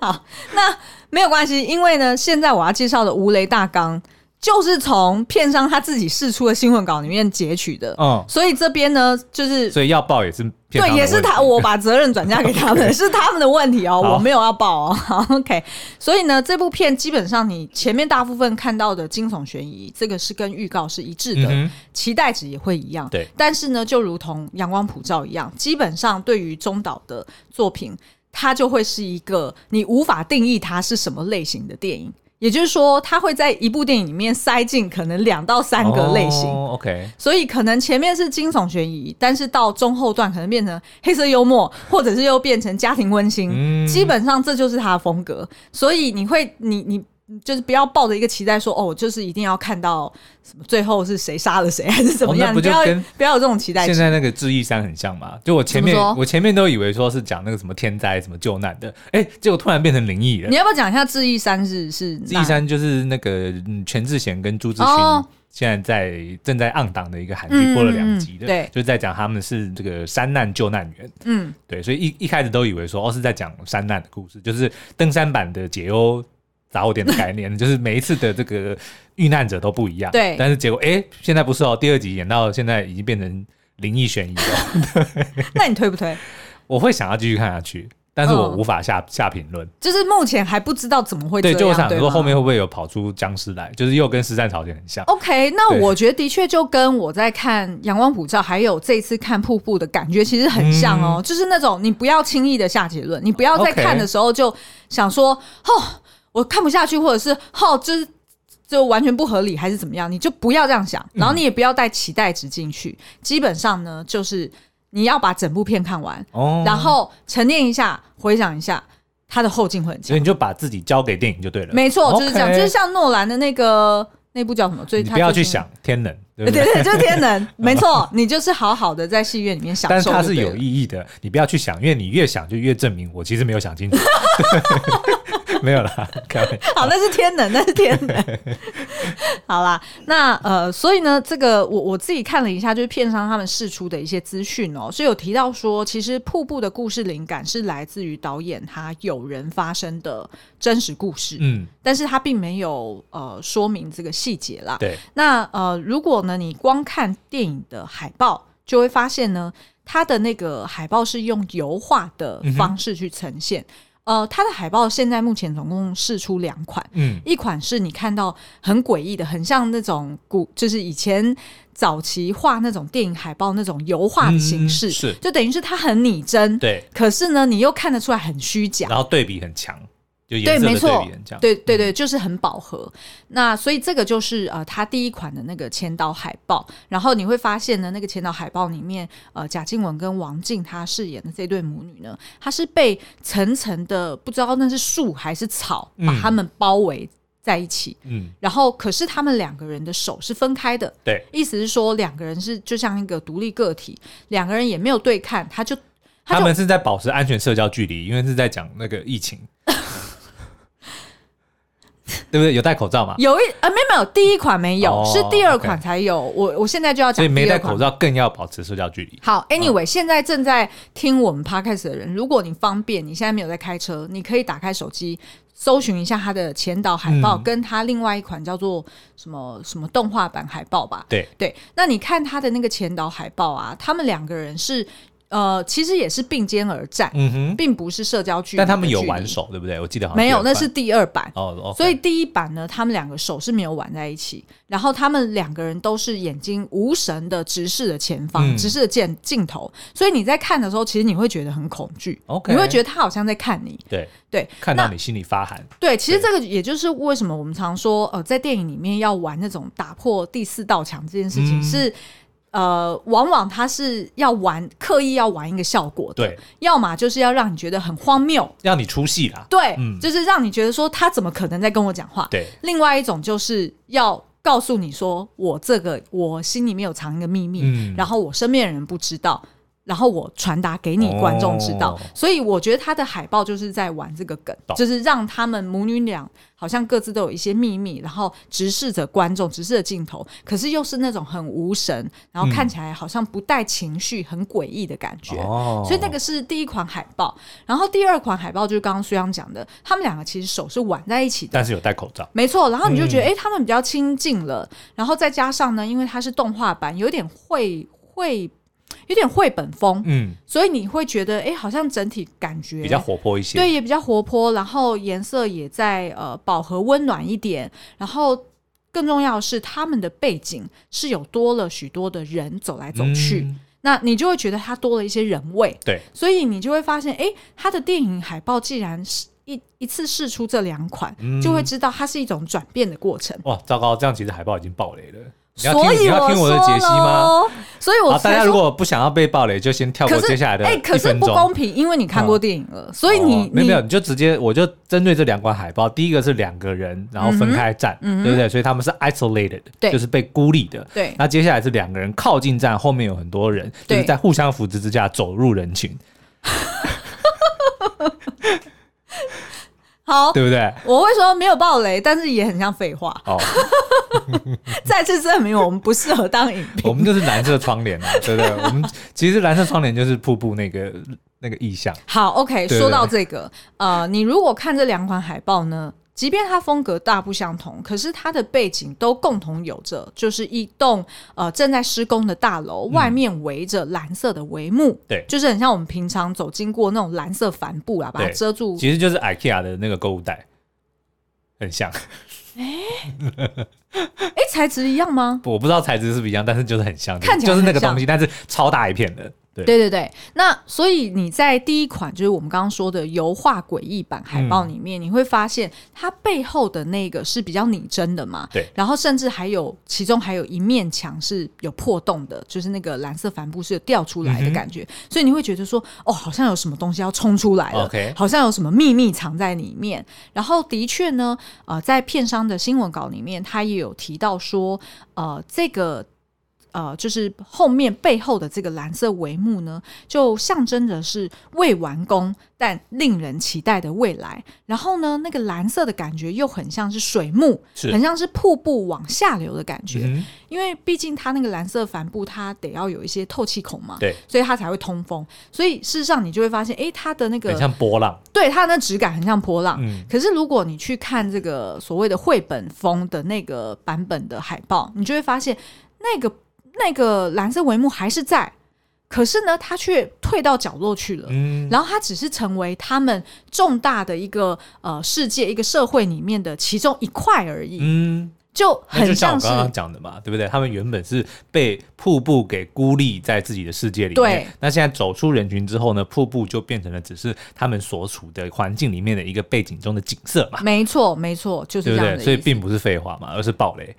Speaker 1: 好，那没有关系，因为呢，现在我要介绍的吴雷大纲就是从片商他自己释出的新闻稿里面截取的，
Speaker 2: 嗯，
Speaker 1: 所以这边呢，就是
Speaker 2: 所以要报也是
Speaker 1: 对
Speaker 2: 片方，的
Speaker 1: 也是
Speaker 2: 问题
Speaker 1: 他，我把责任转嫁给 他们，是他们的问题哦，
Speaker 2: 好
Speaker 1: 我没有要报哦。 好 OK，所以呢，这部片基本上你前面大部分看到的惊悚悬疑，这个是跟预告是一致的，
Speaker 2: 嗯哼
Speaker 1: 期待值也会一样。
Speaker 2: 对，
Speaker 1: 但是呢，就如同阳光普照一样，基本上对于中岛的作品，它就会是一个你无法定义它是什么类型的电影。也就是说，它会在一部电影里面塞进可能两到三个类型。
Speaker 2: 哦 OK，
Speaker 1: 所以可能前面是惊悚悬疑，但是到中后段可能变成黑色幽默，或者是又变成家庭温馨。
Speaker 2: 嗯
Speaker 1: 基本上这就是他的风格，所以你会，你你就是不要抱着一个期待说，哦，就是一定要看到什么最后是谁杀了谁还是怎么样，
Speaker 2: 哦那
Speaker 1: 你不
Speaker 2: 不就
Speaker 1: 要
Speaker 2: 跟
Speaker 1: 不要有这种期待
Speaker 2: 现
Speaker 1: 值。
Speaker 2: 在那个《智异三》很像嘛？就我前面
Speaker 1: 怎么说
Speaker 2: 我前面都以为说是讲那个什么天灾、什么救难的，哎、结果突然变成灵异了
Speaker 1: 你。要不要讲一下《智异三》是是
Speaker 2: 《智
Speaker 1: 哪
Speaker 2: 异三》就是那个嗯全智贤跟朱志勋。
Speaker 1: 哦
Speaker 2: 现在在正在暗档的一个韩
Speaker 1: 嗯
Speaker 2: 剧，播了两集
Speaker 1: 嗯
Speaker 2: 的，
Speaker 1: 嗯对
Speaker 2: 就是在讲他们是这个山难救难员，
Speaker 1: 嗯，
Speaker 2: 对，所以一一开始都以为说哦是在讲山难的故事，就是登山版的解忧杂货店的概 念，就是每一次的这个遇难者都不一样。
Speaker 1: 对
Speaker 2: 但是结果哎、诶现在不是哦，第二集演到现在已经变成灵异悬疑 了。
Speaker 1: 那你推不推？
Speaker 2: 我会想要继续看下去，但是我
Speaker 1: 嗯
Speaker 2: 无法下、下评论。
Speaker 1: 就是目前还不知道怎么会这
Speaker 2: 对，
Speaker 1: 样，
Speaker 2: 就我想说
Speaker 1: 吗
Speaker 2: 后面会不会有跑出僵尸来，就是又跟《实战朝鲜》很像。
Speaker 1: OK，那
Speaker 2: 对
Speaker 1: 我觉得的确就跟我在看《阳光普照》还有这一次看瀑布的感觉其实很像哦，
Speaker 2: 嗯
Speaker 1: 就是那种你不要轻易的下结论，你不要在
Speaker 2: OK
Speaker 1: 看的时候就想说哦，我看不下去，或者是哦，就是就完全不合理还是怎么样，你就不要这样
Speaker 2: 嗯
Speaker 1: 想，然后你也不要带期待值进去。基本上呢，就是你要把整部片看完，
Speaker 2: 哦，
Speaker 1: 然后沉淀一下，回想一下，它的后劲会很
Speaker 2: 所
Speaker 1: 强
Speaker 2: 以。你就把自己交给电影就对了。
Speaker 1: 没错，就是这样
Speaker 2: OK
Speaker 1: 就是像诺兰的那个那部叫什么？最
Speaker 2: 你
Speaker 1: 他
Speaker 2: 不要
Speaker 1: 最
Speaker 2: 去
Speaker 1: 新的
Speaker 2: 想天冷，对
Speaker 1: 对
Speaker 2: 不
Speaker 1: 对，
Speaker 2: 对？
Speaker 1: 就是天 能，没错，你就是好好的在戏院里面享
Speaker 2: 但是
Speaker 1: 受。
Speaker 2: 它是 有意义的，你不要去想，因为你越想就越证明我其实没有想清楚。没有啦，开玩笑。
Speaker 1: 好，那是天能，那是天能。 好啦，那呃，所以呢，这个我我自己看了一下，就是片商他们释出的一些资讯哦，所以有提到说，其实瀑布的故事灵感是来自于导演他有人发生的真实故事，
Speaker 2: 嗯，
Speaker 1: 但是他并没有呃说明这个细节啦。
Speaker 2: 对，
Speaker 1: 那呃，如果呢，你光看电影的海报，就会发现呢，它的那个海报是用油画的
Speaker 2: 嗯
Speaker 1: 方式去呈现。呃，它的海报现在目前总共试出两款，
Speaker 2: 嗯，
Speaker 1: 一款是你看到很诡异的，很像那种古，就是以前早期画那种电影海报那种油画的形式，
Speaker 2: 嗯是
Speaker 1: 就等于是它很拟真，
Speaker 2: 对，
Speaker 1: 可是呢，你又看得出来很虚假
Speaker 2: 然。后对比很强，就
Speaker 1: 对，
Speaker 2: 颜色
Speaker 1: 没
Speaker 2: 的
Speaker 1: 错
Speaker 2: 对比很，强，
Speaker 1: 对对对，就是很饱和。那所以这个就是呃，他第一款的那个千岛海报。然后你会发现呢，那个千岛海报里面，呃，贾静雯跟王静她饰演的这对母女呢，她是被层层的不知道那是树还是草
Speaker 2: 嗯
Speaker 1: 把她们包围在一起。
Speaker 2: 嗯，
Speaker 1: 然后，可是他们两个人的手是分开的，
Speaker 2: 对，
Speaker 1: 意思是说两个人是就像一个独立个体，两个人也没有对看，他就他
Speaker 2: 他
Speaker 1: 就
Speaker 2: 们是在保持安全社交距离，因为是在讲那个疫情， 对不对？有戴口罩嘛？
Speaker 1: 有一呃，没有没有，第一款没有，
Speaker 2: 哦
Speaker 1: 是第二款才有。我我现在就要
Speaker 2: 所
Speaker 1: 讲
Speaker 2: 以没
Speaker 1: 第
Speaker 2: 戴
Speaker 1: 二
Speaker 2: 口
Speaker 1: 款。
Speaker 2: 罩更要保持社交距离。
Speaker 1: 好，Anyway，、现在正在听我们 Podcast 的人，如果你方便，你现在没有在开车，你可以打开手机搜寻一下它的前导海报，
Speaker 2: 嗯
Speaker 1: 跟它另外一款叫做什么什么动画版海报吧。
Speaker 2: 对
Speaker 1: 对，那你看它的那个前导海报啊，他们两个人是呃，其实也是并肩而战，
Speaker 2: 嗯哼，
Speaker 1: 并不是社交距离的距离。
Speaker 2: 但他们有玩手，对不对？我记得好像
Speaker 1: 没有，
Speaker 2: 第二
Speaker 1: 那
Speaker 2: 版
Speaker 1: 是第二版。
Speaker 2: 哦哦，
Speaker 1: 所以第一版呢，他们两个手是没有挽在一起，然后他们两个人都是眼睛无神的直视着前方，
Speaker 2: 嗯
Speaker 1: 直视着镜镜头，所以你在看的时候，其实你会觉得很恐惧
Speaker 2: OK
Speaker 1: 你会觉得他好像在看你。
Speaker 2: 对
Speaker 1: 对
Speaker 2: 看到
Speaker 1: 那
Speaker 2: 你心里发寒，
Speaker 1: 对，其实
Speaker 2: 对
Speaker 1: 这个也就是为什么我们常说，呃，在电影里面要玩那种打破第四道墙这件事情
Speaker 2: 嗯
Speaker 1: 是。呃，往往它是要玩刻意要玩一个效果的，
Speaker 2: 对，
Speaker 1: 要么就是要让你觉得很荒谬，
Speaker 2: 让你出戏啦。
Speaker 1: 对，
Speaker 2: 嗯
Speaker 1: 就是让你觉得说他怎么可能在跟我讲话，
Speaker 2: 对，
Speaker 1: 另外一种就是要告诉你说，我这个我心里面有藏一个秘密，
Speaker 2: 嗯
Speaker 1: 然后我身边的人不知道，然后我传达给你观众知道。
Speaker 2: 哦
Speaker 1: 所以我觉得他的海报就是在玩这个梗，
Speaker 2: 懂
Speaker 1: 就是让他们母女俩好像各自都有一些秘密，然后直视着观众，直视着镜头，可是又是那种很无神，然后看起来好像不带情绪、很诡异的感觉。
Speaker 2: 哦
Speaker 1: 所以那个是第一款海报，然后第二款海报就是刚刚苏央讲的，他们两个其实手是挽在一起的，
Speaker 2: 但是有戴口罩，
Speaker 1: 没错，然后你就
Speaker 2: 嗯
Speaker 1: 觉得，哎、他们比较亲近了。然后再加上呢，因为它是动画版，有点绘绘，有点绘本风，
Speaker 2: 嗯，
Speaker 1: 所以你会觉得，哎、好像整体感觉
Speaker 2: 比较活泼一些。
Speaker 1: 对，也比较活泼，然后颜色也在呃饱和温暖一点，然后。更重要的是，他们的背景是有多了许多的人走来走去，
Speaker 2: 嗯
Speaker 1: 那你就会觉得它多了一些人味。
Speaker 2: 对，
Speaker 1: 所以你就会发现，哎、它的电影海报既然是一一次试出这两款，
Speaker 2: 嗯
Speaker 1: 就会知道它是一种转变的过程。
Speaker 2: 哇，糟糕，这样其实海报已经爆雷了。你要听
Speaker 1: 所以
Speaker 2: 你要听
Speaker 1: 说
Speaker 2: 我的解析吗？
Speaker 1: 咯？所以我
Speaker 2: 好，大
Speaker 1: 才
Speaker 2: 家
Speaker 1: 说
Speaker 2: 如果不想要被爆雷，就先跳
Speaker 1: 可
Speaker 2: 过
Speaker 1: 是
Speaker 2: 接下来的
Speaker 1: 哎、可
Speaker 2: 一
Speaker 1: 是
Speaker 2: 分
Speaker 1: 不
Speaker 2: 钟。
Speaker 1: 公平，因为你看过电影了，所以你、
Speaker 2: 哦没有没有，
Speaker 1: 你
Speaker 2: 你就直接我就针对这两款海报，第一个是两个人然后分开站，对不对？所以他们是 isolated，
Speaker 1: 嗯对
Speaker 2: 就是被孤立的。
Speaker 1: 对
Speaker 2: 那接下来是两个人靠近站，后面有很多人，就
Speaker 1: 对
Speaker 2: 是在互相扶持之下走入人群，
Speaker 1: 好。
Speaker 2: 对不对？
Speaker 1: 我会说没有暴雷，但是也很像废话。
Speaker 2: 哦，
Speaker 1: 再次证明我们不适合当影
Speaker 2: 我
Speaker 1: 评。
Speaker 2: 们就是蓝色窗帘啊，对不对？我们其实蓝色窗帘就是瀑布那个那个意象，
Speaker 1: 好，OK，
Speaker 2: 对
Speaker 1: 说到这个，呃，你如果看这两款海报呢，即便它风格大不相同，可是它的背景都共同有着，就是一栋呃正在施工的大楼，外面围着蓝色的帷幕，
Speaker 2: 嗯对
Speaker 1: 就是很像我们平常走经过那种蓝色帆布啊，把它
Speaker 2: 对
Speaker 1: 遮住。
Speaker 2: 其实就是 IKEA 的那个购物袋，很像。
Speaker 1: 哎、材质一样吗？
Speaker 2: 我不知道材质是不是一样，但是就是很像，
Speaker 1: 看起来
Speaker 2: 就是那
Speaker 1: 很
Speaker 2: 个
Speaker 1: 像
Speaker 2: 东西，但是超大一片的。对，
Speaker 1: 对对对，那所以你在第一款就是我们刚刚说的油画诡异版海
Speaker 2: 嗯
Speaker 1: 报里面，你会发现它背后的那个是比较拟真的嘛？
Speaker 2: 对
Speaker 1: 然后甚至还有其中还有一面墙是有破洞的，就是那个蓝色帆布是有掉出
Speaker 2: 嗯
Speaker 1: 来的感觉，所以你会觉得说，哦，好像有什么东西要冲出来了
Speaker 2: OK
Speaker 1: 好像有什么秘密藏在里面。然后的确呢，呃，在片商的新闻稿里面，他也有提到说，呃，这个呃，就是后面背后的这个蓝色帷幕呢，就象征着是未完工但令人期待的未来。然后呢，那个蓝色的感觉又很像是水幕，
Speaker 2: 是
Speaker 1: 很像是瀑布往下流的感觉。
Speaker 2: 嗯
Speaker 1: 因为毕竟它那个蓝色帆布，它得要有一些透气孔嘛，
Speaker 2: 对，
Speaker 1: 所以它才会通风。所以事实上，你就会发现，诶，它的那
Speaker 2: 很
Speaker 1: 个
Speaker 2: 像波浪，
Speaker 1: 对它的那质感很像波浪。
Speaker 2: 嗯，
Speaker 1: 可是如果你去看这个所谓的绘本风的那个版本的海报，你就会发现那个那个蓝色帷幕还是在，可是呢，它却退到角落去了。
Speaker 2: 嗯，
Speaker 1: 然后它只是成为他们重大的一个呃世界、一个社会里面的其中一块而已，
Speaker 2: 嗯，
Speaker 1: 就
Speaker 2: 那就
Speaker 1: 很
Speaker 2: 像我
Speaker 1: 像是
Speaker 2: 刚刚讲的嘛，对不对？他们原本是被瀑布给孤立在自己的世界里面，
Speaker 1: 对。
Speaker 2: 那现在走出人群之后呢，瀑布就变成了只是他们所处的环境里面的一个背景中的景色嘛，
Speaker 1: 没错，没错，嗯就是
Speaker 2: 对
Speaker 1: 这
Speaker 2: 不
Speaker 1: 样的
Speaker 2: 对？
Speaker 1: 意思。
Speaker 2: 所以并不是废话嘛，而是暴雷。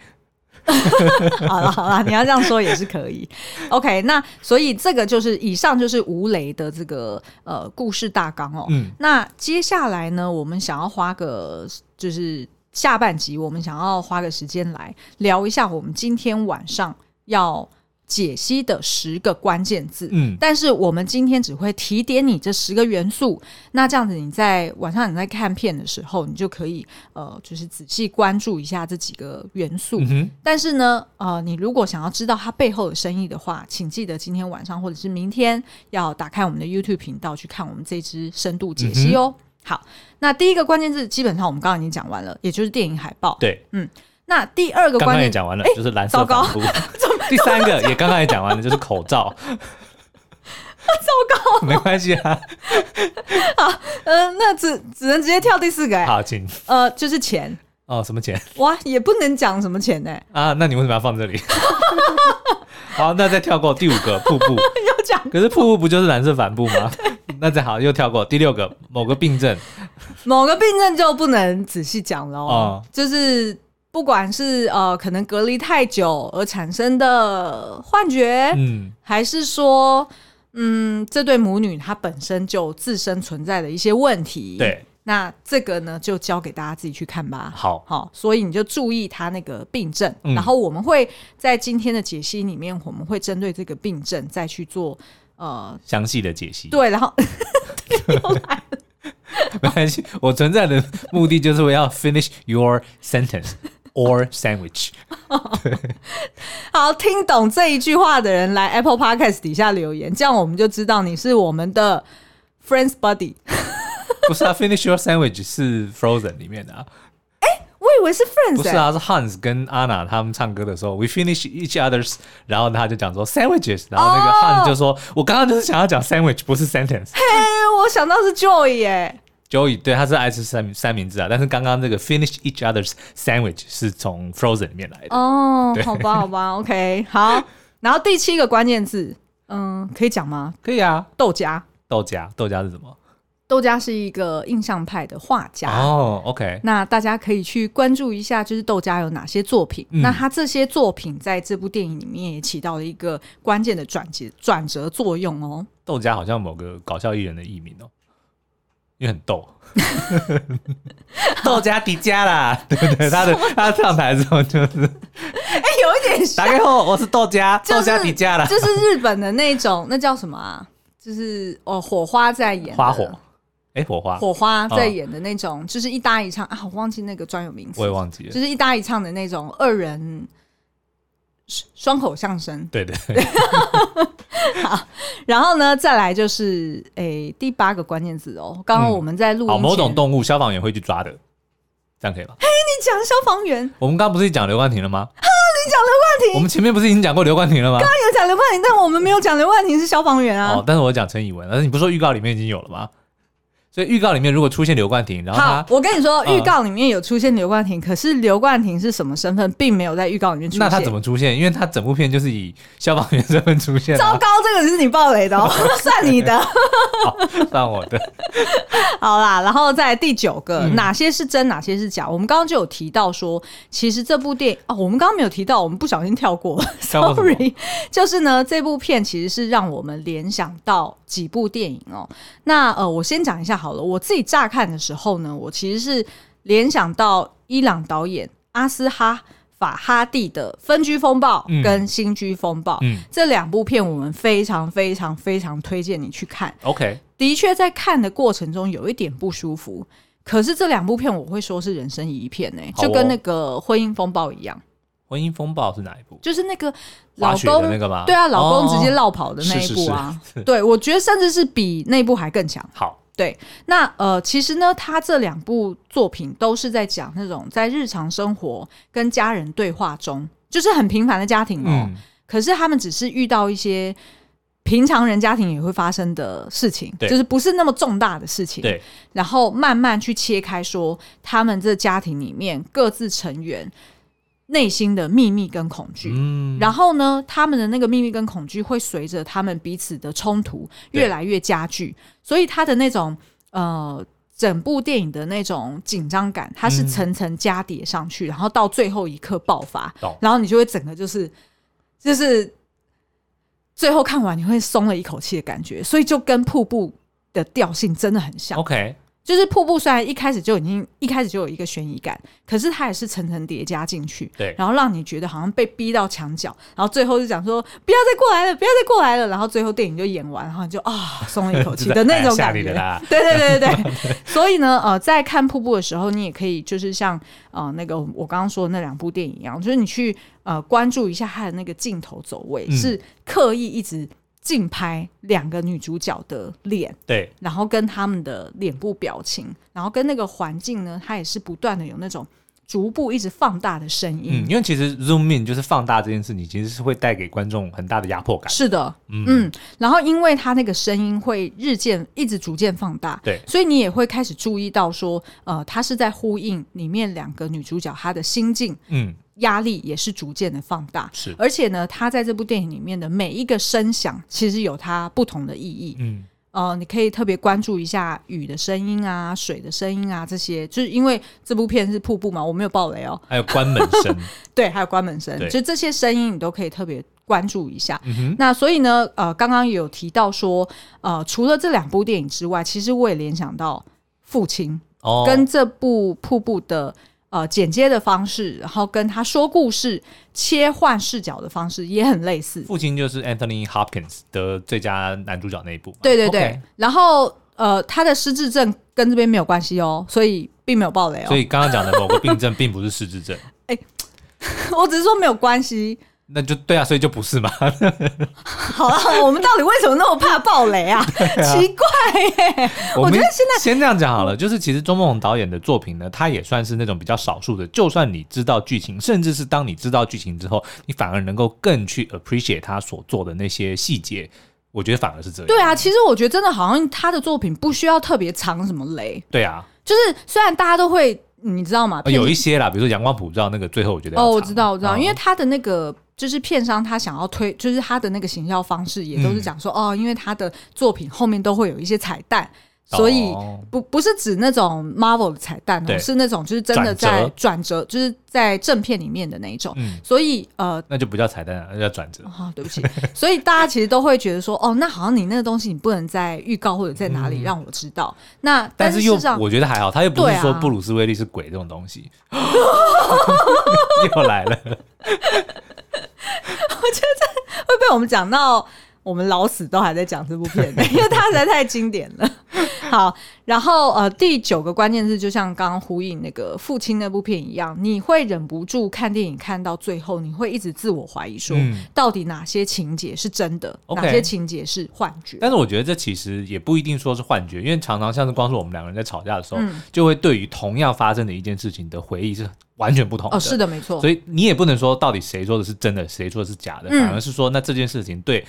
Speaker 1: 好了好了，你要这样说也是可以。OK，那 所以这个就是以上就是吴雷的这个呃故事大纲哦。
Speaker 2: 嗯，
Speaker 1: 那接下来呢，我们想要花个就是下半集，我们想要花个时间来聊一下我们今天晚上要解析的十个关键字。
Speaker 2: 嗯
Speaker 1: 但是我们今天只会提点你这十个元素，那这样子你在晚上你在看片的时候，你就可以呃，就是仔细关注一下这几个元素。
Speaker 2: 嗯哼，
Speaker 1: 但是呢，呃，你如果想要知道它背后的深意的话，请记得今天晚上或者是明天要打开我们的 YouTube 频道去看我们这支深度解
Speaker 2: 嗯
Speaker 1: 析哦。好，那第一个关键字基本上我们刚刚已经讲完了，也就是电影海报。
Speaker 2: 对，
Speaker 1: 那第二个
Speaker 2: 刚
Speaker 1: 关
Speaker 2: 刚也
Speaker 1: 键
Speaker 2: 讲完了，就是蓝
Speaker 1: 哎糟
Speaker 2: 色
Speaker 1: 糕
Speaker 2: 房 屋。第三个也刚刚也讲完了，就是口罩。糟糕，没关系啊。
Speaker 1: 呃，那只只能直接跳第四个哎、
Speaker 2: 好，请
Speaker 1: 呃，就是钱
Speaker 2: 哦，什么钱
Speaker 1: 哇，也不能讲什么钱哎、
Speaker 2: 啊？那你为什么要放这里？ 好，那再跳过第五个瀑布，
Speaker 1: 又讲
Speaker 2: 可是瀑布不就是蓝色帆布吗？ 那再好又跳过第六个某个病症，
Speaker 1: 某个病症就不能仔细讲了哦，
Speaker 2: 哦
Speaker 1: 就是不管是呃可能隔离太久而产生的幻觉，
Speaker 2: 嗯，
Speaker 1: 还是说，嗯，这对母女她本身就自身存在的一些问题。，
Speaker 2: 对，
Speaker 1: 那这个呢，就交给大家自己去看吧。
Speaker 2: 好，
Speaker 1: 好，所以你就注意她那个病症，
Speaker 2: 嗯
Speaker 1: 然后我们会在今天的解析里面，我们会针对这个病症再去做呃，
Speaker 2: 详细的解析。，
Speaker 1: 对，然后
Speaker 2: 没关系，我存在的目的就是我要 finish your sentence or sandwich。
Speaker 1: 好听懂这一句话的人来 Apple Podcast 底下留言，这样我们就知道你是我们的 Friends Buddy。
Speaker 2: 不是啊，finish your sandwich 是 Frozen 里面的啊。
Speaker 1: 我以为是 Friends，、欸、
Speaker 2: 不是啊，是 Hans 跟 Anna 他们唱歌的时候，We finish each other's，然后他就讲说 sandwiches，然后那个
Speaker 1: 哦
Speaker 2: Hans 就说我刚刚就是想要讲 sandwich，不是 sentence。
Speaker 1: 哎我想到是 Joy 耶、
Speaker 2: Joey 对他是爱吃三三明治啊，但是刚刚这个 finish each other's sandwich 是从 Frozen 里面来的。
Speaker 1: 哦，好吧，好吧，OK，好。 然后第七个关键字，嗯，可以讲吗？
Speaker 2: 可以啊，
Speaker 1: 豆荚，
Speaker 2: 豆荚，豆荚是什么？
Speaker 1: 豆荚是一个印象派的画家。
Speaker 2: 哦，OK，
Speaker 1: 那大家可以去关注一下，就是豆荚有哪些作品。
Speaker 2: 嗯
Speaker 1: 那他这些作品在这部电影里面也起到了一个关键的转折转折作用哦。
Speaker 2: 豆荚好像某个搞笑艺人的艺名哦，因为很 逗。豆荚迪 迦啦，对不对？他的 他上台之后就是
Speaker 1: 哎，有一点像
Speaker 2: 打，开后，我是豆荚，
Speaker 1: 就
Speaker 2: 豆
Speaker 1: 是
Speaker 2: 荚迪迦 啦，
Speaker 1: 就是日本的那种，那叫什么啊？就是哦，火花在演的
Speaker 2: 花火，哎，火花，
Speaker 1: 火花在演的那种，就是一搭一唱啊，我忘记那个专有名词
Speaker 2: 我也忘记了
Speaker 1: 就。是一搭一唱的那种二人双双口相声。
Speaker 2: 对对，
Speaker 1: 然后呢，再来就是诶、第八个关键字哦，刚刚
Speaker 2: 嗯
Speaker 1: 我们在录音
Speaker 2: 好，
Speaker 1: 前、
Speaker 2: 某种动物消防员会去抓的，这样可以 吗？
Speaker 1: 你讲消防员，
Speaker 2: 我们刚刚不是讲刘冠廷了吗？
Speaker 1: 你讲刘冠
Speaker 2: 我
Speaker 1: 廷，
Speaker 2: 们前面不是已经讲过刘冠廷了吗？
Speaker 1: 他有讲刘冠廷，但我们没有讲刘冠廷是消防员啊。
Speaker 2: 哦，但是我讲陈以文，但是你不是说预告里面已经有了吗？所以预告里面如果出现刘冠廷，然后
Speaker 1: 好
Speaker 2: 他，
Speaker 1: 我跟你说，
Speaker 2: 嗯
Speaker 1: 预告里面有出现刘冠廷，可是刘冠廷是什么身份，并没有在预告里面出现。
Speaker 2: 那他怎么出现？因为他整部片就是以消防员身份出现、
Speaker 1: 糟
Speaker 2: 啊，
Speaker 1: 糕，这个是你爆雷的、哦，算你的。
Speaker 2: 算我的。
Speaker 1: 好啦，然后再来第九个，
Speaker 2: 嗯
Speaker 1: 哪些是真，哪些是假？我们刚刚就有提到说，其实这部电影哦，我们刚刚没有提到，我们不小心跳过了
Speaker 2: 跳 过什么
Speaker 1: ，sorry。就是呢，这部片其实是让我们联想到几部电影哦。那呃，我先讲一下好了，我自己乍看的时候呢，我其实是联想到伊朗导演阿斯哈。法哈蒂的《分居风暴
Speaker 2: 嗯》
Speaker 1: 跟《新居风暴》
Speaker 2: 嗯
Speaker 1: 这两部片，我们非常非常非常推荐你去看。
Speaker 2: ，OK，
Speaker 1: 的确，在看的过程中有一点不舒服，可是这两部片我会说是人生一片呢、
Speaker 2: 好哦
Speaker 1: 就跟那个《婚姻风暴》一样，
Speaker 2: 婚姻风暴是哪一部？
Speaker 1: 就是那个
Speaker 2: 滑
Speaker 1: 老
Speaker 2: 雪的
Speaker 1: 公
Speaker 2: 那个吗？
Speaker 1: 对啊，老公
Speaker 2: 哦
Speaker 1: 直接落跑的那一部啊，
Speaker 2: 是是 是
Speaker 1: 对我觉得甚至是比那部还更强。
Speaker 2: 好，
Speaker 1: 那呃，其实呢，他这两部作品都是在讲那种在日常生活跟家人对话中，就是很平凡的家庭哦、
Speaker 2: 嗯，
Speaker 1: 可是他们只是遇到一些平常人家庭也会发生的事情，
Speaker 2: 对
Speaker 1: 就是不是那么重大的事情。
Speaker 2: 对，
Speaker 1: 然后慢慢去切开说，他们这家庭里面各自成员内心的秘密跟恐惧。
Speaker 2: 嗯，
Speaker 1: 然后呢，他们的那个秘密跟恐惧会随着他们彼此的冲突
Speaker 2: 对
Speaker 1: 越来越加剧，所以他的那种呃，整部电影的那种紧张感，它是
Speaker 2: 嗯
Speaker 1: 层层加叠上去，然后到最后一刻爆发
Speaker 2: 懂，
Speaker 1: 然后你就会整个就是就是最后看完你会松了一口气的感觉，所以就跟瀑布的调性真的很像。
Speaker 2: OK，
Speaker 1: 就是瀑布虽然一开始就已经一开始就有一个悬疑感，可是它也是层层叠加进去，
Speaker 2: 对
Speaker 1: 然后让你觉得好像被逼到墙角，然后最后就讲说不要再过来了，不要再过来了，然后最后电影就演完，然后你就啊、松了一 口气的那种感
Speaker 2: 哎吓你了
Speaker 1: 觉。
Speaker 2: 啦，
Speaker 1: 对对对对 对，所以呢，呃，在看瀑布的时候，你也可以就是像呃那个我刚刚说的那两部电影一样，就是你去呃关注一下它的那个镜头走位，
Speaker 2: 嗯
Speaker 1: 是刻意一直近拍两个女主角的脸，
Speaker 2: 对，
Speaker 1: 然后跟他们的脸部表情，然后跟那个环境呢，它也是不断的有那种逐步一直放大的声音。
Speaker 2: 嗯，因为其实 zoom in 就是放大这件事情，其实是会带给观众很大的压迫感。
Speaker 1: 是的，
Speaker 2: 嗯
Speaker 1: 嗯，然后因为它那个声音会日渐一直逐渐放大，
Speaker 2: 对
Speaker 1: 所以你也会开始注意到说，呃，它是在呼应里面两个女主角她的心境
Speaker 2: 嗯，
Speaker 1: 压力也是逐渐的放大，
Speaker 2: 是，
Speaker 1: 而且呢，她在这部电影里面的每一个声响其实有它不同的意义，
Speaker 2: 嗯，
Speaker 1: 呃，你可以特别关注一下雨的声音啊、水的声音啊这些，就是因为这部片是瀑布嘛，我没有爆雷哦。
Speaker 2: 还有关门 声，
Speaker 1: 对，还有关门声
Speaker 2: 对，
Speaker 1: 就这些声音你都可以特别关注一下。
Speaker 2: 嗯哼，
Speaker 1: 那所以呢，呃，刚刚也有提到说，呃，除了这两部电影之外，其实我也联想到《父亲》
Speaker 2: 哦，
Speaker 1: 跟这部瀑布的。呃，剪接的方式，然后跟他说故事、切换视角的方式也很类似。
Speaker 2: 父亲就是 Anthony Hopkins 的最佳男主角那一部嘛，
Speaker 1: 对对
Speaker 2: OK
Speaker 1: 对然后呃，他的失智症跟这边没有关系哦，所以并没有暴雷哦
Speaker 2: 所。以刚刚讲的某个病症并不是失智症，
Speaker 1: 我只是说没有关系。
Speaker 2: 那就对啊，所以就不是嘛。
Speaker 1: 好了，我们到底为什么那么怕暴雷 啊？奇怪耶、 我
Speaker 2: 们
Speaker 1: 觉得
Speaker 2: 现在先这样讲好了，就是其实周梦红导演的作品呢，他也算是那种比较少数的，就算你知道剧情，甚至是当你知道剧情之后，你反而能够更去 appreciate 他所做的那些细节，我觉得反而是这样。
Speaker 1: 对啊，其实我觉得真的好像他的作品不需要特别藏什么雷，
Speaker 2: 对啊，
Speaker 1: 就是虽然大家都会，你知道吗？
Speaker 2: 呃有一
Speaker 1: 片
Speaker 2: 些啦，比如说阳光普照那个，最后我觉得要
Speaker 1: 哦，我
Speaker 2: 藏
Speaker 1: 知道，我知道，
Speaker 2: 嗯
Speaker 1: 因为他的那个。就是片商他想要推，就是他的那个行销方式也都
Speaker 2: 嗯
Speaker 1: 是讲说、哦，因为他的作品后面都会有一些彩蛋，所以
Speaker 2: 哦
Speaker 1: 不不是指那种 Marvel 的彩蛋
Speaker 2: 对
Speaker 1: 哦，是那种就是真的
Speaker 2: 转
Speaker 1: 在
Speaker 2: 折
Speaker 1: 转折，就是在正片里面的那一种。
Speaker 2: 嗯
Speaker 1: 所以呃，
Speaker 2: 那就不叫彩蛋了，那叫转折。
Speaker 1: 啊、对不起，所以大家其实都会觉得说，哦，那好像你那个东西你不能在预告或者在哪里让我知道。那
Speaker 2: 嗯但
Speaker 1: 是
Speaker 2: 是
Speaker 1: 事
Speaker 2: 又
Speaker 1: 实上，
Speaker 2: 我觉得还好，他又不是
Speaker 1: 对啊
Speaker 2: 说布鲁斯威利是鬼这种东西。 又来了，
Speaker 1: 会被我们讲到我们老死都还在讲这部片，因为它实在太经典了。好，然后呃，第九个关键字就像刚刚呼应那个父亲那部片一样，你会忍不住看电影看到最后，你会一直自我怀疑说，
Speaker 2: 嗯
Speaker 1: 到底哪些情节是真的
Speaker 2: OK
Speaker 1: 哪些情节是幻觉？
Speaker 2: 但是我觉得这其实也不一定说是幻觉，因为常常像是光是我们两个人在吵架的时候，
Speaker 1: 嗯
Speaker 2: 就会对于同样发生的一件事情的回忆是完全不同的。
Speaker 1: 哦，是的，没错。
Speaker 2: 所以你也不能说到底谁说的是真的，谁说的是假的，
Speaker 1: 嗯
Speaker 2: 反而是说那这件事情对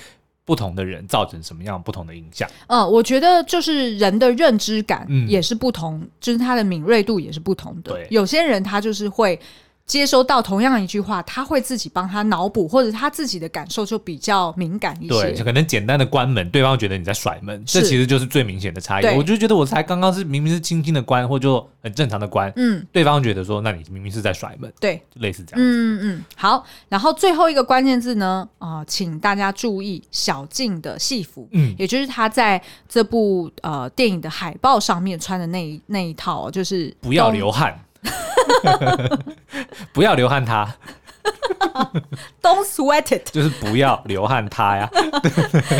Speaker 2: 不同的人造成什么样不同的影响。
Speaker 1: 嗯，我觉得就是人的认知感
Speaker 2: 嗯
Speaker 1: 也是不同，就是他的敏锐度也是不同的
Speaker 2: 对。
Speaker 1: 有些人他就是会接收到同样一句话，他会自己帮他脑补，或者他自己的感受就比较敏感一
Speaker 2: 对，
Speaker 1: 些
Speaker 2: 就。可能简单的关门，对方觉得你在甩门，这
Speaker 1: 是
Speaker 2: 其实就是最明显的差异。
Speaker 1: 对
Speaker 2: 我就觉得我才刚刚是明明是轻轻的关，或就很正常的关，
Speaker 1: 嗯，
Speaker 2: 对方觉得说，那你明明是在甩门，
Speaker 1: 对，
Speaker 2: 就类似这样。
Speaker 1: 嗯嗯，好。然后最后一个关键字呢，啊、请大家注意小静的戏服。
Speaker 2: 嗯，
Speaker 1: 也就是他在这部呃电影的海报上面穿的那一那一套哦，就是
Speaker 2: 不要
Speaker 1: 东
Speaker 2: 流汗，不要流汗他，
Speaker 1: Don't sweat it。
Speaker 2: 就是不要流汗他呀。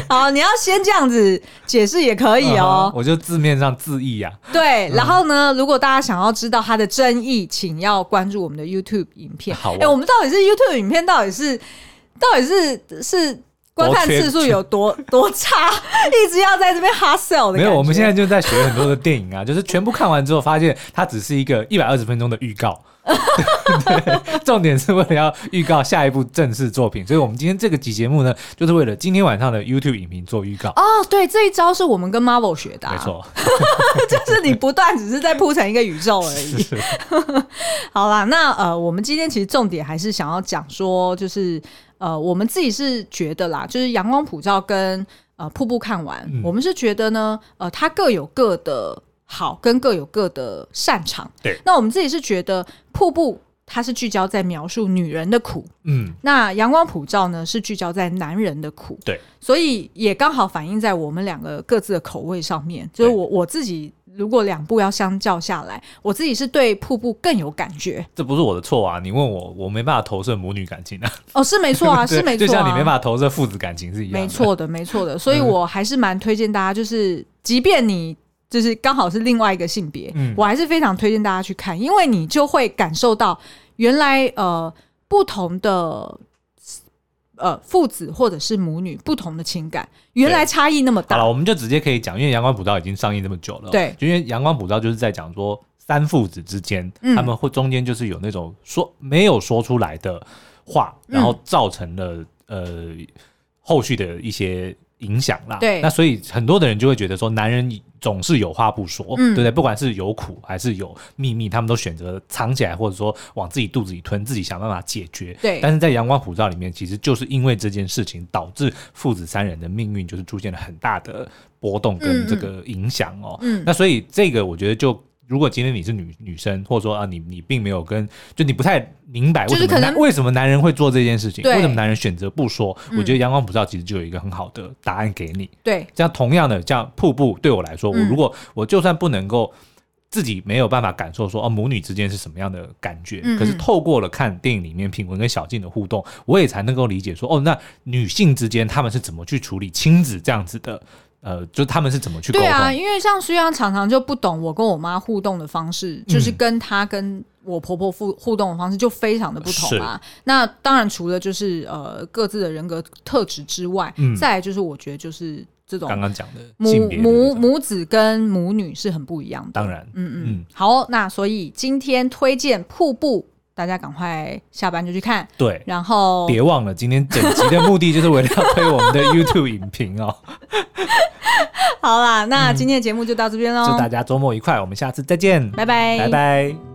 Speaker 1: 好，你要先这样子解释也可以
Speaker 2: 嗯
Speaker 1: 哦
Speaker 2: 哼。我就字面上字义呀、
Speaker 1: 对，然后呢，如果大家想要知道它的争议，请要关注我们的 YouTube 影片。
Speaker 2: 好哦
Speaker 1: 哎、我们到底是 YouTube 影片，到底是到底是是观看次数有多多差，一直要在这边 hard sell 的感
Speaker 2: 没
Speaker 1: 觉。
Speaker 2: 有，我们现在就在学很多的电影啊，就是全部看完之后发现它只是一个一百二十分钟的预 告。对，重点是为了要预告下一部正式作品，所以我们今天这个集节目呢，就是为了今天晚上的 YouTube 影评做预告。
Speaker 1: 哦，对，这一招是我们跟 Marvel 学的、啊，
Speaker 2: 没，错，
Speaker 1: 就是你不断只是在铺成一个宇宙而已。
Speaker 2: 是
Speaker 1: 好啦，那呃，我们今天其实重点还是想要讲说，就是呃，我们自己是觉得啦，就是阳光普照跟呃瀑布看完，
Speaker 2: 嗯
Speaker 1: 我们是觉得呢，呃，它各有各的好，跟各有各的擅长。
Speaker 2: 对，
Speaker 1: 那我们自己是觉得瀑布它是聚焦在描述女人的苦，
Speaker 2: 嗯，
Speaker 1: 那阳光普照呢是聚焦在男人的苦，
Speaker 2: 对，
Speaker 1: 所以也刚好反映在我们两个各自的口味上面。就是
Speaker 2: 对
Speaker 1: 我我自己，如果两部要相较下来，我自己是对瀑布更有感觉。
Speaker 2: 这不是我的错啊，你问我，我没办法投射母女感情啊，
Speaker 1: 哦，是没错啊，
Speaker 2: 对
Speaker 1: 是没错、啊，
Speaker 2: 就像你没办法投射父子感情是一样的。嗯
Speaker 1: 没，错的，没错的。所以我还是蛮推荐大家，就是即便你。就是刚好是另外一个性别，
Speaker 2: 嗯
Speaker 1: 我还是非常推荐大家去看，因为你就会感受到原来呃不同的呃父子或者是母女不同的情感，原来差异那么
Speaker 2: 好了，
Speaker 1: 大。
Speaker 2: 我们就直接可以讲，因为《阳光普照》已经上映这么久了，
Speaker 1: 对
Speaker 2: 就因为《阳光普照》就是在讲说三父子之间，
Speaker 1: 嗯
Speaker 2: 他们会中间就是有那种说没有说出来的话，
Speaker 1: 嗯
Speaker 2: 然后造成了、呃后续的一些。影响啦，
Speaker 1: 对
Speaker 2: 那所以很多的人就会觉得说，男人总是有话不说，
Speaker 1: 嗯
Speaker 2: 对不对？不管是有苦还是有秘密，他们都选择藏起来，或者说往自己肚子里吞，自己想办法解决。
Speaker 1: 对
Speaker 2: 但是在《阳光普照》里面，其实就是因为这件事情，导致父子三人的命运就是出现了很大的波动
Speaker 1: 嗯
Speaker 2: 跟
Speaker 1: 嗯
Speaker 2: 这个影响哦。
Speaker 1: 嗯
Speaker 2: 那所以这个我觉得就。如果今天你是女女生，或者说啊，你你并没有跟，就你不太明白为
Speaker 1: 就是
Speaker 2: 什么
Speaker 1: 可
Speaker 2: 男
Speaker 1: 能
Speaker 2: 为什么男人会做这件事情，
Speaker 1: 对
Speaker 2: 为什么男人选择不说？
Speaker 1: 嗯
Speaker 2: 我觉得阳光普照其实就有一个很好的答案给你。
Speaker 1: 对，
Speaker 2: 这样同样的，像瀑布对我来说，我
Speaker 1: 嗯
Speaker 2: 如果我就算不能够自己没有办法感受说哦母女之间是什么样的感觉，
Speaker 1: 嗯嗯
Speaker 2: 可是透过了看电影里面品文跟小静的互动，我也才能够理解说哦那女性之间他们是怎么去处理亲子这样子的，呃，就是他们是怎么去沟
Speaker 1: 对
Speaker 2: 通。
Speaker 1: 啊，因为像虽然常常就不懂我跟我妈互动的方式，就是
Speaker 2: 嗯
Speaker 1: 跟她跟我婆婆互互动的方式就非常的不同啊。那当然除了就是呃各自的人格特质之外，
Speaker 2: 嗯
Speaker 1: 再来就是我觉得就是这种
Speaker 2: 刚刚讲的性
Speaker 1: 母
Speaker 2: 别的这
Speaker 1: 母
Speaker 2: 种
Speaker 1: 母子跟母女是很不一样的。
Speaker 2: 当然，
Speaker 1: 嗯嗯
Speaker 2: 嗯
Speaker 1: 好哦，那所以今天推荐瀑布，大家赶快下班就去看，
Speaker 2: 对。
Speaker 1: 然后
Speaker 2: 别忘了，今天整集的目的就是为了要推我们的 YouTube 影评哦。
Speaker 1: 好啦，那今天的节目就到这边喽，
Speaker 2: 祝大家周末愉快，我们下次再见，
Speaker 1: 拜拜
Speaker 2: 拜拜